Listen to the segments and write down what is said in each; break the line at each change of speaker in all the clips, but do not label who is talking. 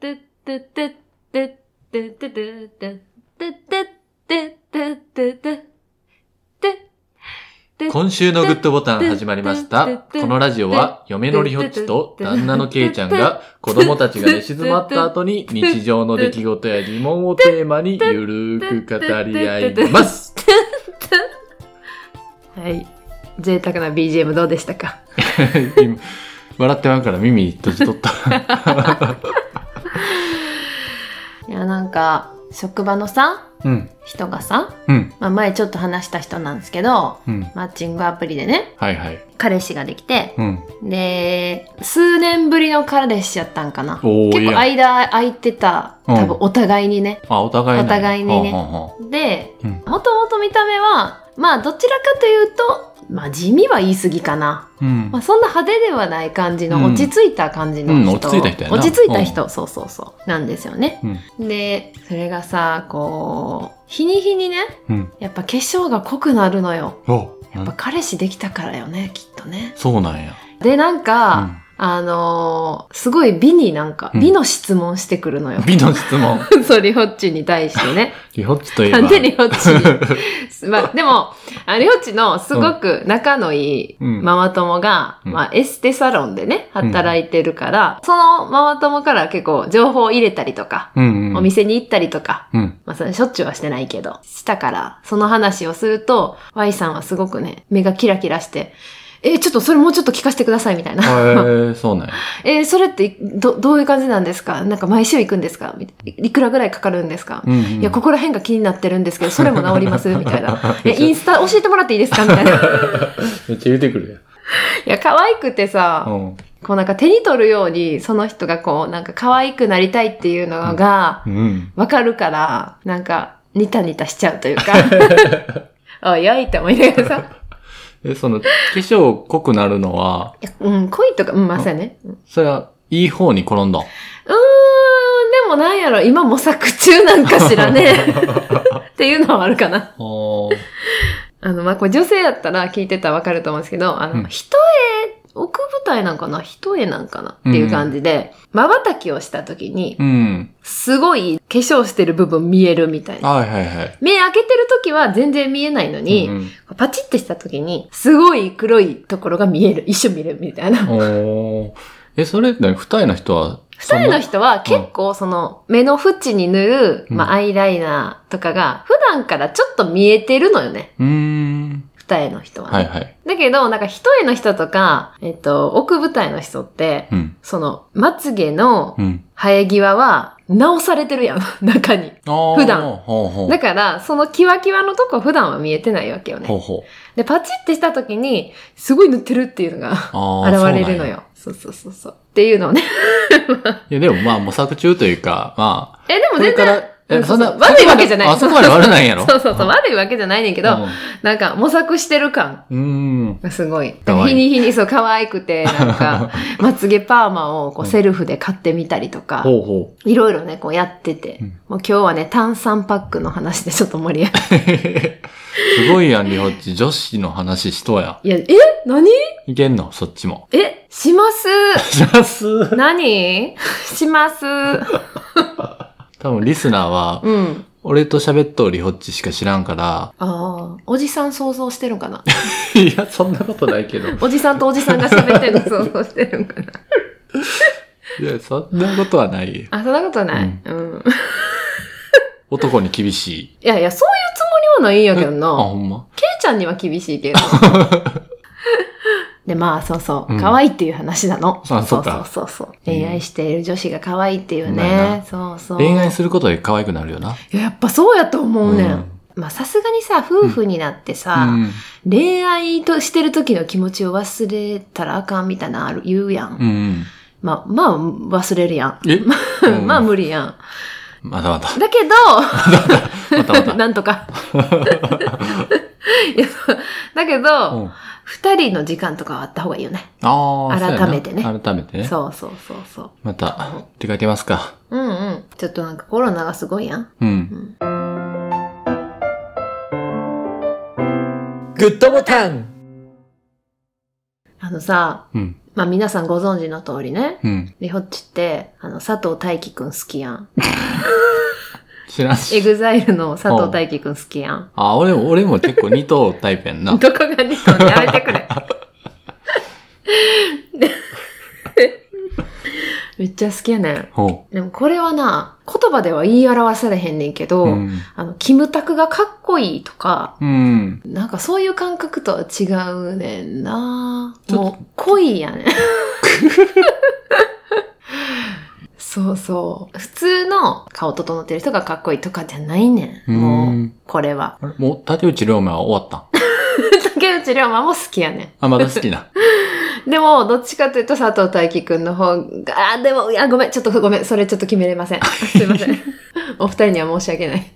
てってってってってってってってってってってってって
今週のグッドボタン始まりました。このラジオは、嫁のりほっちと旦那のけいちゃんが、子供たちが寝静まった後に、日常の出来事や疑問をテーマに、ゆるーく語り合います。
はい。贅沢な BGM どうでしたか
今笑ってまうから耳閉じとった。
いや、なんか、職場のさ、
うん、
人がさ、
うん、
まあ、前ちょっと話した人なんですけど、
うん。
マッチングアプリでね、
はいはい。
彼氏ができて、
うん。
で、数年ぶりの彼氏やったんかな。
おー、
結
い
構
や。
間空いてた、
うん
多分お互いにね。
あ、お互いなんや
お互いにね
ほんほんほん
で、
うん
もともと見た目は、まあどちらかというと、まあ地味は言い過ぎかな。
うん
まあ。そんな派手ではない感じの、
うん
落ち着いた感じの人。
うん落ち着いた人やな
落ち着いた人、そうそうそう。なんですよね。
うん。
で、それがさ、こう、日に日にね、
うん。
やっぱ化粧が濃くなるのよ。
お
やっぱ彼氏できたからよね、きっとね。
そうなんや。
で、なん
う
か、
ん
あのーすごい美になんか、
うん
美の質問してくるのよ。
美の質問。
そう、リホッチに対してね。
リホッチといえば。
なんでリホッチ にまあ、でも、あリホッチのすごく仲のいい
うん
ママ友が、
うん
まあ、エステサロンでね、働いてるから、そのママ友から結構情報を入れたりとか、
うんうん。
お店に行ったりとか、
うん。
まあ、それしょっちゅうはしてないけど、したから、その話をすると、Y さんはすごくね、目がキラキラして、え、ちょっとそれもうちょっと聞かせてくださいみたいな
へ。ー、そうなんや。
えーそれってど、どういう感じなんですかなんか毎週行くんですかみたいいくらぐらいかかるんですか、
うんうん。
いや、ここら辺が気になってるんですけ ど、それも治りますみたいな。いや、
め
イ
っ
ンスタ教えてもらっていいですかみたいな。 い
ちゃ言うてくる
や、可愛くて
やん。
さ、
うん。
こうなんか手に取るように、その人がこう、なんか可愛くなりたいっていうのが、
うん。
わかるから、なんか、ニタニタしちゃうというか。 おいおいって思いながらさ。
え、その、化粧濃くなるのは、
いやうん、恋とか、うん、まさにね。うーん、
それは、いい方に転んだん。
でもなんやろ、今模索中なんかしらね。っていうのはあるかな。
あー
あの、まあ、これ女性だったら聞いてたらわかると思うんですけど、あの、
うん
一重、奥舞台なんかな一重なんかなっていう感じで、瞬きをした時に
う、ん。
すごい化粧してる部分見えるみたいな。
はいはいはい。
目開けてる時は全然見えないのに、
うん
パチってした時に、すごい黒いところが見える。一緒見れるみたい
うん
な。
おーえ、それって二重の人は、
二重の
人
人は結構その目の縁に塗る、
うん
まあ、アイライナーとかが普段からちょっと見えてるのよね。
うーん。
二重の人はね、
はいはい。
だけど、なんか一重の人とか、えっと、奥舞台の人って、
うん。
その、まつげの
うん。
生え際は直されてるやん、 中に。
あー
普段
ほうほう。
だから、そのキワキワのとこ普段は見えてないわけよ
ほう
ね。
ほう。
で、パチってした時に、すごい塗ってるっていうのが
あー
現れる
そうな
の
んや
よ。そうそうそうそう。っていうのをね。
いや、でもまあ模索中というか、ま
え、で
あ、
も
これ
全
から
然、、
え
うん
そんな、
そうそう悪いわけじゃない
あそこまで悪ないんやろ
そうそうそう、悪いわけじゃないねんけど、なんか模索してる感
うん。うん。
がすごい。
可愛
日
い
に日にそう可愛く て、なんか、まつげパーマをこう
うん
セルフで買ってみたりとか、
ほうほう。
いろいろね、こうやってて、
うん
もう今日はね、炭酸パックの話でちょっと盛り上が る。
すごいやん、りほっち。女子の話しとうや。
いや、え何
いけんのそっちも。
えします
します。
何 します
多分リスナーは、
うん。
俺と喋っとうりほっちしか知らんから。
ああ、おじさん想像してるんかな
いや、そんなことないけど。
おじさんとおじさんが喋ってるの想像してるんかない
や、そんなことはない。
あ、そんなことない。うん。い
男に厳しい。
やいや、そういうつもりはないんやけど
あ、
な。
ほんま。
けいちゃんには厳しい けど。で、まあ、そうそうう。
ん
可愛いっていう話なの。
あそうか
そうそうそう。恋愛している女子が可愛いっていう
うまい
ね
な。
そうそう。
恋愛することで可愛くなるよな。
いややっぱそうやと思うねん。
うん
まあさすがにさ、夫婦になってさ、
うん。
恋愛としてる時の気持ちを忘れたらあかんみたいなのある、言うやん。
うん。
まあ、まあ忘れるやん。
え
まあ
うん
無理やん。
まだまだ。
だけ
またまた
ど、。 なんと か。いやだけ
う
ど、
ん
二、人の時間とかはあった方がいいよね。
ああ、そうやな
改めてね
改めてね。
そうそうそうそう。
また、出かけますか。
うんうん。ちょっとなんかコロナがすごいやん。
うん。
グッドボタン
あのさ、
うん。
まあ皆さんご存知の通りね。
うん。
りほっちって、あの、佐藤大輝くん好きや ん。
知らんし。
エグザイルの佐藤大輝くん好きやん。
あ、俺も、俺も結構二等タイプやんな。
どこが似たのやめてく れ。めっちゃ好きやねん。
ほ
でもこれはな、言葉では言い表されへんねんけど、
う。うん。
あの、キムタクがかっこいいとか、
うん。
なんかそういう感覚とは違うねんな
ちょっと
もう、恋やねん。そうそう。普通の顔整ってる人がかっこいいとかじゃないねん。
う
もう、
ん
これは。
あれもう、竹内涼真は終わったん
竹内涼真も好きやね
あ、まだ好きな。
ん。でも、どっちかというと佐藤大輝くんの方が、あー、でも、いや、ごめん、ちょっとごめん、それちょっと決めれま せん。すいません。お二人には申し訳ない。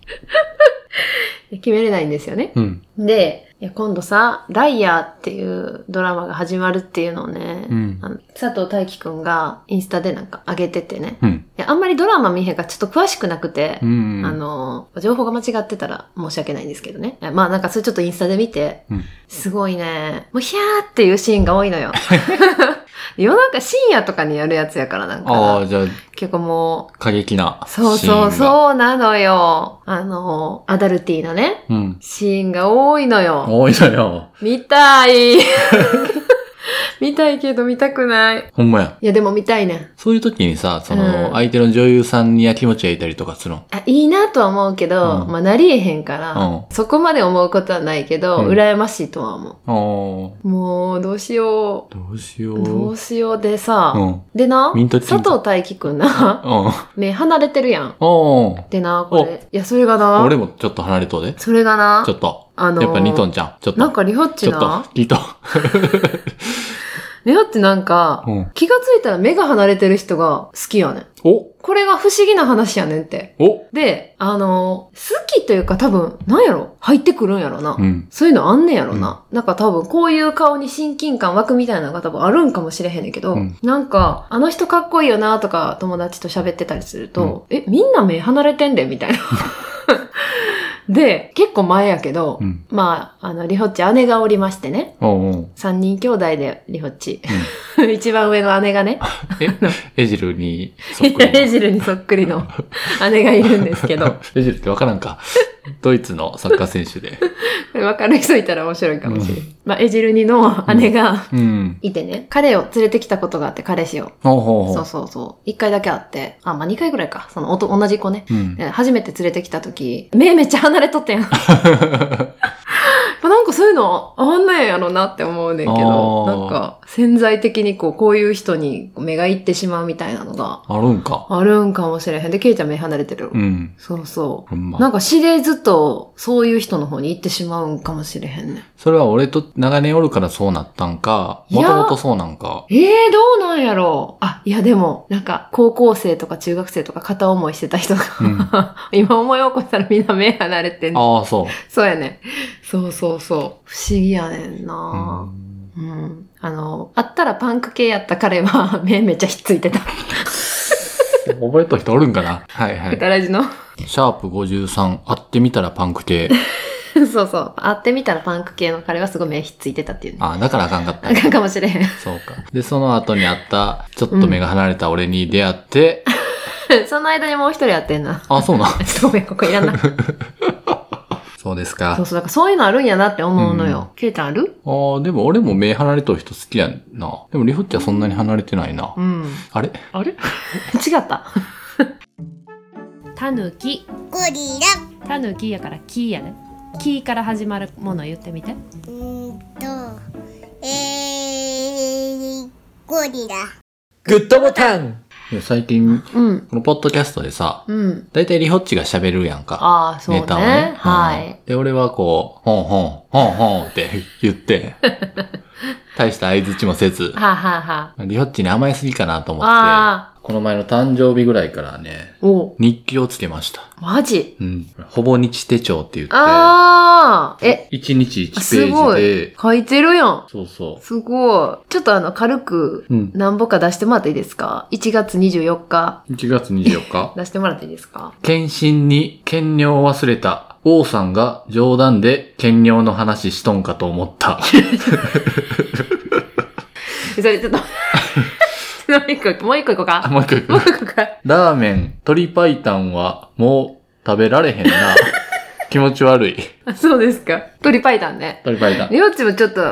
決めれないんですよね。
うん。
で、いや今度さ、ライヤーっていうドラマが始まるっていうのをね、
うん。
あの佐藤大輝くんがインスタでなんか上げててね。
うん。
いやあんまりドラマ見へんからちょっと詳しくなくて
う、ん。
あ、の、情報が間違ってたら申し訳ないんですけどね。いやまあなんかそれちょっとインスタで見て、
うん
すごいね、もうひゃーっていうシーンが多いの よ。夜中深夜とかにやるやつやからなん
ああ、
か、
じゃあ、
結構も
過激な
う、。そうそう
う。
そうなのよ。あの、アダルティーのね、
うん。
シーンが多いのよ。
多いのよ。
見たい 見たいけど見たくない。
ほんまや。
いやでも見たいね。
そういう時にさ、そ
うん
の、相手の女優さんにやきもち焼いたりとかするの。
あ、いいなとは思うけど、
うん
まあなりえへんから、
うん
そこまで思うことはないけど、
うん
羨ましいとは思
あー
う。もう、どうしよ
どうしよ
う。ど
う
う。しようでさ、
うん。
でな、
ミントチ
佐
ンタ
藤大輝くんな、
うん。
目離れてるやん。
おー
でな、これ。いや、それがな、
俺もちょっと離れとうで。
それがな
ちょ、っと。
あのー
やっぱニトンちゃん。ちょっと。
なんかリホッ
ち
チ
ょっと
な、。
リトン。
リホッチなんか、
うん。
気がついたら目が離れてる人が好きやねん。
お
これが不思議な話やねんって。
お
で、あの好きというか多分、なんやろ入ってくるんやろな。
うん。
そういうのあんねんやろな。なんか多分、こういう顔に親近感湧くみたいなのが多分あるんかもしれへんねんけど、
うん
なんか、あの人かっこいいよなとか友達と喋ってたりすると、え、みんな目離れてんでみた いな。で、結構前やけど、
うん。
まあ、あの、リホッチ姉がおりましてね。
おうおう
三人兄弟で、リホッチ。 一番上の姉がね。
え、エジルにそっ
い
く
や
りな。
エジルにそっくりの姉がいるんですけど。
エジルってわからんか。ドイツのサッカー選手で。
わかる人いたら面白いかもしれない。まあ、エジルニの姉が
うん。
いてね、彼を連れてきたことがあって、彼氏を。
ほうほう
そ
ほ
うそうそう。一回だけあって、あ、まあ、二回ぐらいか。その、おと、同じ子ね。
う。うん。
え初めて連れてきたとき、目めっちゃ離れとってん。 やんなんかそういうのあんなんやろなって思うねんけど、
あ
な
ー
んか潜在的にこう、こういう人に目がいってしまうみたいなのが
あるんか。
あるんかもしれへん。で、ケイちゃん目離れてる。
うん。
そうそ
ほん
う。な
ま。
んか知れずと、そういう人の方に行ってしまうんかもしれへんね。
それは俺と長年おるからそうなったんか、
いや
もともとそうなんか。
ええどうなんやろうあ、いやでも、なんか、高校生とか中学生とか片思いしてた人が、
うん
今思い起こしたらみんな目離れてんの。
ああ、そう。
そうやね。そうそうそう。不思議やねん
う
な、
ん
うん、あの、あったらパンク系やった彼は 目めっちゃひっついてた。
覚えた人おるんかなはい は
ふ
い。
たらじの。
シャープ53、会ってみたらパンク系。
そうそう。会ってみたらパンク系の彼はすごい目ひっついてたっていうね。
ああ、だからあかんかった
あ。かんかもしれへん。
そうか。で、その後に会った、ちょっと目が離れた俺に出会 って、
その間にもう一人やってんな。
あ、そうなん。
ちょっとごめん、ここいらん な。
そうです
そう
か。
そう、だからそういうのあるんやなって思うのよ。ケイちゃんある
あーでも俺も目離れとる人好きやんな。でもリホッチはそんなに離れてないな。
うん。
あれ
あれ 違った。タヌキ。
ゴリラ。
タヌキやからキーやね。キーから始まるもの言ってみて。
うーんと、えー、ゴリラ。
グッドボタン最近、
うん。
このポッドキャストでさ、
うん。
だいたいリホッチが喋るやんか。
ああ、そうね。
ネタをね。
は
うん
い。。
で、俺はこう、ほんほん、ほんほんって 言って、大した相づちもせず、
はあ、はあは
リホッチに甘えすぎかなと思って、
あ、ああ。
この前の誕生日ぐらいからね、
お
日記をつけました。
マジ
うん。ほぼ日手帳って言って、
ああ。え、
1日1ペ
すご
ージ
い
で。、
書いてるやん。
そうそ
すごい。ちょっとあの、軽く
う。う、ん。
何本か出してもらっていいですか ?1 月24日、
1月24日。
出してもらっていいです か
検診に検尿を忘れた。王さんが冗談 で検尿の話しとんかと思った。
それちょ っとちょっともう一個、もう一個行こう
あ、
か。
もう一個いく
もう一個行こうか。
ラーメン、鶏白湯はもう食べられへん な。気持ち悪い。
あ そうですか。鳥パイタンね。
鶏白湯。
りょうちもちょっと、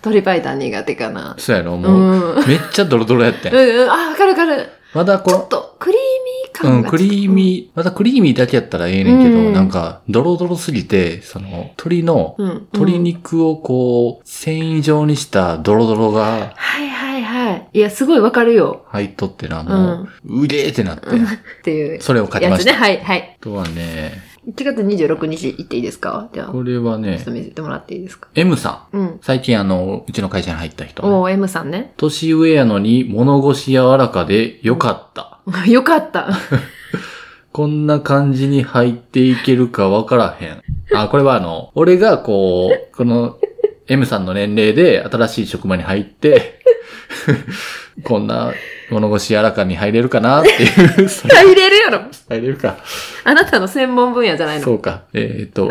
鳥パイタン苦手かな。
そうやろ
う
もう、
ん。うん
めっちゃドロドロやってん。
うん。あ、わかるわかる。
まだこ
ちょっ
の、
と、クリーミー
う
感
ん、
が。
クリーミー、まだクリーミーだけやったらええねんけど、
うん
なんか、ドロドロすぎて、その、鶏の、
うん。
鶏肉をこう、繊維状にしたドロドロが
はいはいはい。いや、すごいわかるよ。
入っとってな、もう、うげーってなって、
っていう
それを買き
や
ま
つ
し
ね。
た。あ
はいはい。
とはね、
1月26日行っていいですかでは、ちょ
これは
っ
ね
と、見せてもらっていいですか
M さん。
うん。
最近あの、うちの会社に入った人ね、
おー、M さんね。
年上やのに物腰柔らかで良かった。
よか った。
こんな感じに入っていけるかわからへん。あ、これはあの、俺がこう、この M さんの年齢で新しい職場に入って、こんな物腰柔らかに入れるかなっていう、それ
入れるやろ。
入れるか。
あなたの専門分野じゃないの。
そうか。えっ、と、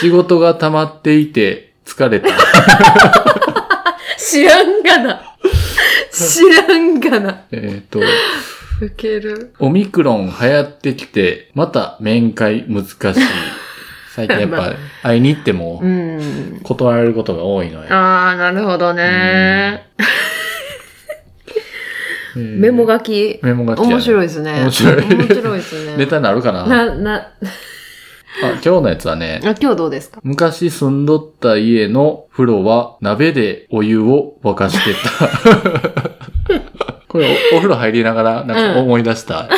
仕事が溜まっていて疲れた。
知らんが な。知らんがな。
えっと、
ウケる。
オミクロン流行ってきて、また面会難しい。最近やっ
ま
ぱ会いに行っても
うん。
断られることが多いのよ。
あー、なるほどね。
えー
メモ書き。
メモ書きやね。
面白
い。
いですね。
面白い
面白いですね。
ネタになるかなあ
な、な、あ
今日のやつはね、
今日どうですか
昔住んどった家の風呂は鍋でお湯を沸かしてた。これおお風呂入りながらなんか思い出 した。か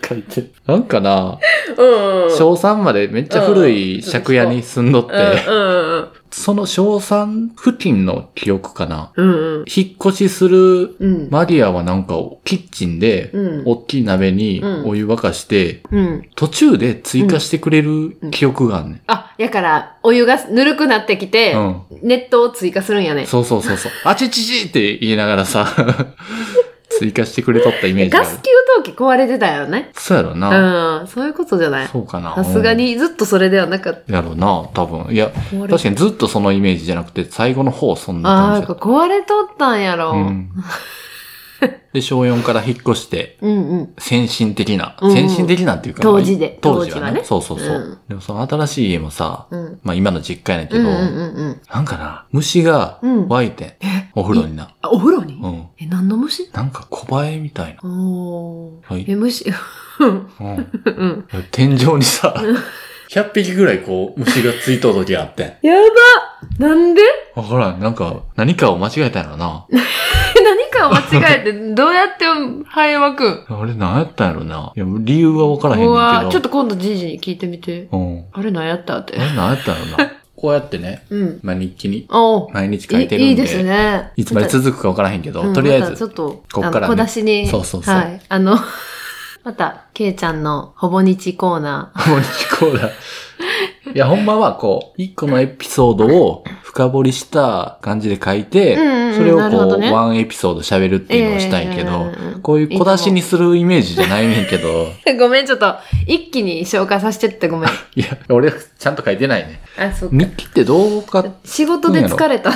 ら書いてなんかな、
うん
小3までめっちゃ古い借家に住んどって、
うん
その小3付近の記憶かな。
うんうん。
引っ越しする
うん。
マリアはなんかキッチンで、
うん
大きい鍋に
うん
お湯沸かして、
うん。
途中で追加してくれる記憶があんね
あ、やから、お湯がぬるくなってきて、
ん。うん。
熱湯を追加するんやね。
そうそうそうそう。あちちちって言いながらさ、 追加してくれとったイメージがあ
ガ
る
ス。給湯器壊れてたよね。
そうやろな。
うん。そういうことじゃない。
そうかな。
さすがにずっとそれではなかった。
うん。やろうな、多分。いや、
壊れ
確かにずっとそのイメージじゃなくて、最後の方そんな
あ
感
あ、
じ
なんか
だっ
壊れとったんやろ。
た。
う、
うんん。で、小4から引っ越して、
うんうん
先進的な、
うん
先進的なっていうか、
当時で
まあ当時は
当時は
ね。
ね
そうそうそう。
うん
でもその新しい家もさ、
うん。
まあ今の実家やねんけ
うんう
ど、
んうんうん。
なんかな、虫が
うん
湧いて、ん、お風呂にな。
あ、お風呂に、
うん。
え、何の虫
なんか小映えみたいな。
おー。
はい
え、虫、うん
うん。
うん。
天井にさ、100匹ぐらいこう、虫がついとる時があってん。
やばなんで
わからん。なんか、何かを間違えたんやろな。
何かを間違えて、 どうやってハエ湧くん
あれ何やったんやろな。いや、理由はわからへんね
うわ
ん
ち
け
ょっと
ど。
今度じいじに聞いてみて。
うん。
あれ何やったって
あ。れ何やったんやろな。こうやってね、
うん。
まあ日記に、
おう
毎日書
い
いてるんで。
いいですね。
いつまで続くかわからへんけど、
うん
とりあえ
またち
ず
ょ、っと、
こっからね
あの小出しに。
そうそうそう
はい。あの、 また、けいちゃんのほぼ日コーナー。
もう聞こうだ。いや、ほんまはこう、一個のエピソードを深掘りした感じで書いて、
うんうんうん
それを
なるほ
こう、
どね
ワンエピソード喋るっていうのをしたいけど、
ええ
こういう小出しにするイメージじゃないねんけど、
ごめん、ちょっと、一気に紹介させてって ごめん。
いや、俺ちゃんと書いてないね。
あ、そっか。
日記ってどうか、
仕事で疲れた。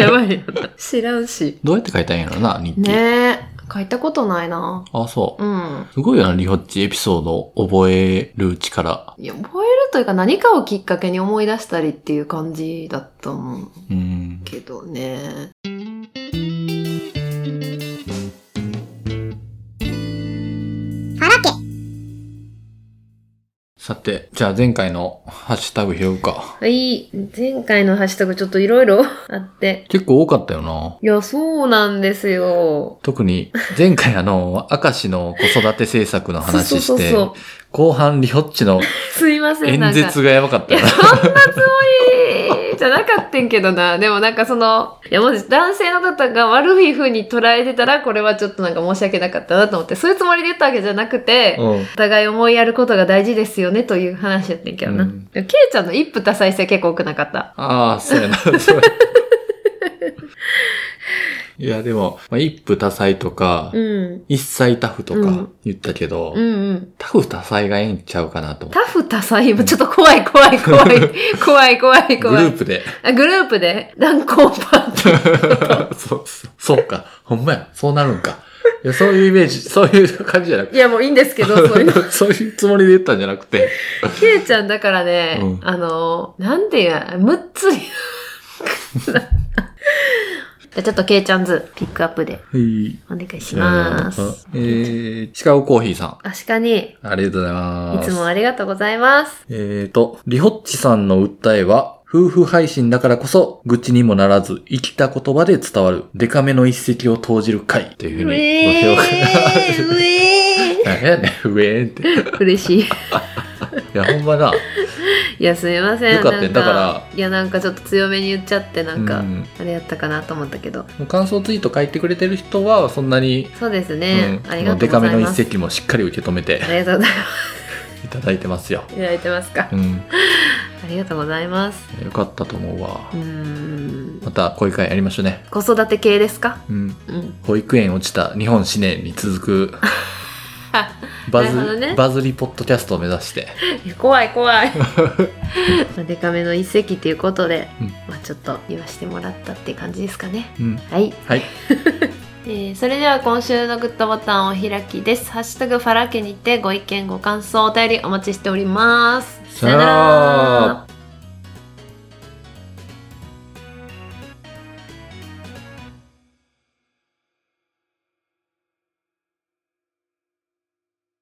やばいよな。知らんし。
どうやって書いたんやろな、日記。
ねえ。書いたことないな。
あ、そう。
うん。
すごいよな、リホッチエピソード覚える力。
いや、覚えるというか何かをきっかけに思い出したりっていう感じだったもん
うん。
けどね。
腹家
さて、じゃあ前回のハッシュタグ拾うか。
はい。前回のハッシュタグちょっといろいろあって。
結構多かったよな。
いや、そうなんですよ。
特に、前回あの、明石の子育て政策の話
そ
し
うそう
て
そうそう、
後半リホッチの
すいません、な
演
んか。
説がやばかっ
い
たよ
や、
な。
そんなつもりじゃなかったんけどな。でもなんかその、いや、もし男性の方が悪い風に捉えてたら、これはちょっとなんか申し訳なかったなと思って、そういうつもりで言ったわけじゃなくて、
うん。
お互い思いやることが大事ですよねという話やってんけどな。
うん
でもケイちゃんの一夫多妻性結構多くなかった。
ああ、そうやな。そうや いや、でも、まあ、一夫多妻とか、
うん。
一妻多夫と
う
か
ん
言ったけど、
うんうん。
多夫多妻がええんちゃうかなと思
タフ多彩、今ちょっと怖い怖い怖 い。怖い怖い怖
う。
い。
グループで。
あグループで断交パーティー。
そうそうそうか。ほんまや。そうなるんか。いや、そういうイメージ、そういう感じじゃなくて。
いやもういいんですけど、そういうの。
そういうつもりで言ったんじゃなくて。
ケイちゃんだからね、
うん
あの、なんていうのむっつり。じゃあちょっとケイちゃん図、ピックアップで
はい。
お願いします。
えー、シカゴコーヒーさ
あしかに、
ん。ありがとうござい
い
ます。
つもありがとうございます。
えーと、リホッチさんの訴えは、夫婦配信だからこそ、愚痴にもならず、生きた言葉で伝わる、デカめの一石を投じる会、という
う
ふうにご
え
評価
ー、うえ
が。何やねん、ウェーン って。い
ー。嬉しい。
や、ほんまな。
いや、すみません。
よかったよ
なん
だから
いや、なんかちょっと強めに言っちゃって、なんか、
うん
あれやったかなと思ったけど。
感想ツイート書いてくれてる人は、そんなに、
そうですね。
うん
ありが
もう
と
デ
うご
カ
ざ
め
い
の
ます。
一石もしっかり受け止めて
ありがとうございます。
いただいてますよ。
いただいてますか。
うん。
ありがとうございます。
よかったと思うわ
うー。ん。
また、こういう会やりましょうね。
子育て系ですか
うん。
うん。
保育園落ちた日本思念に続く、バ
なるほど
ズ、
ね
バズリポッドキャストを目指して。
いや怖い怖い。まあデカめの一席ということで、
うん
まあちょっと言わしてもらったって感じですかね。
うん。
はい。
はい。
えーそれでは今週のグッドボタンをお開きです。ハッシュタグファラ家にてご意見ご感想お便りお待ちしております。
さよなら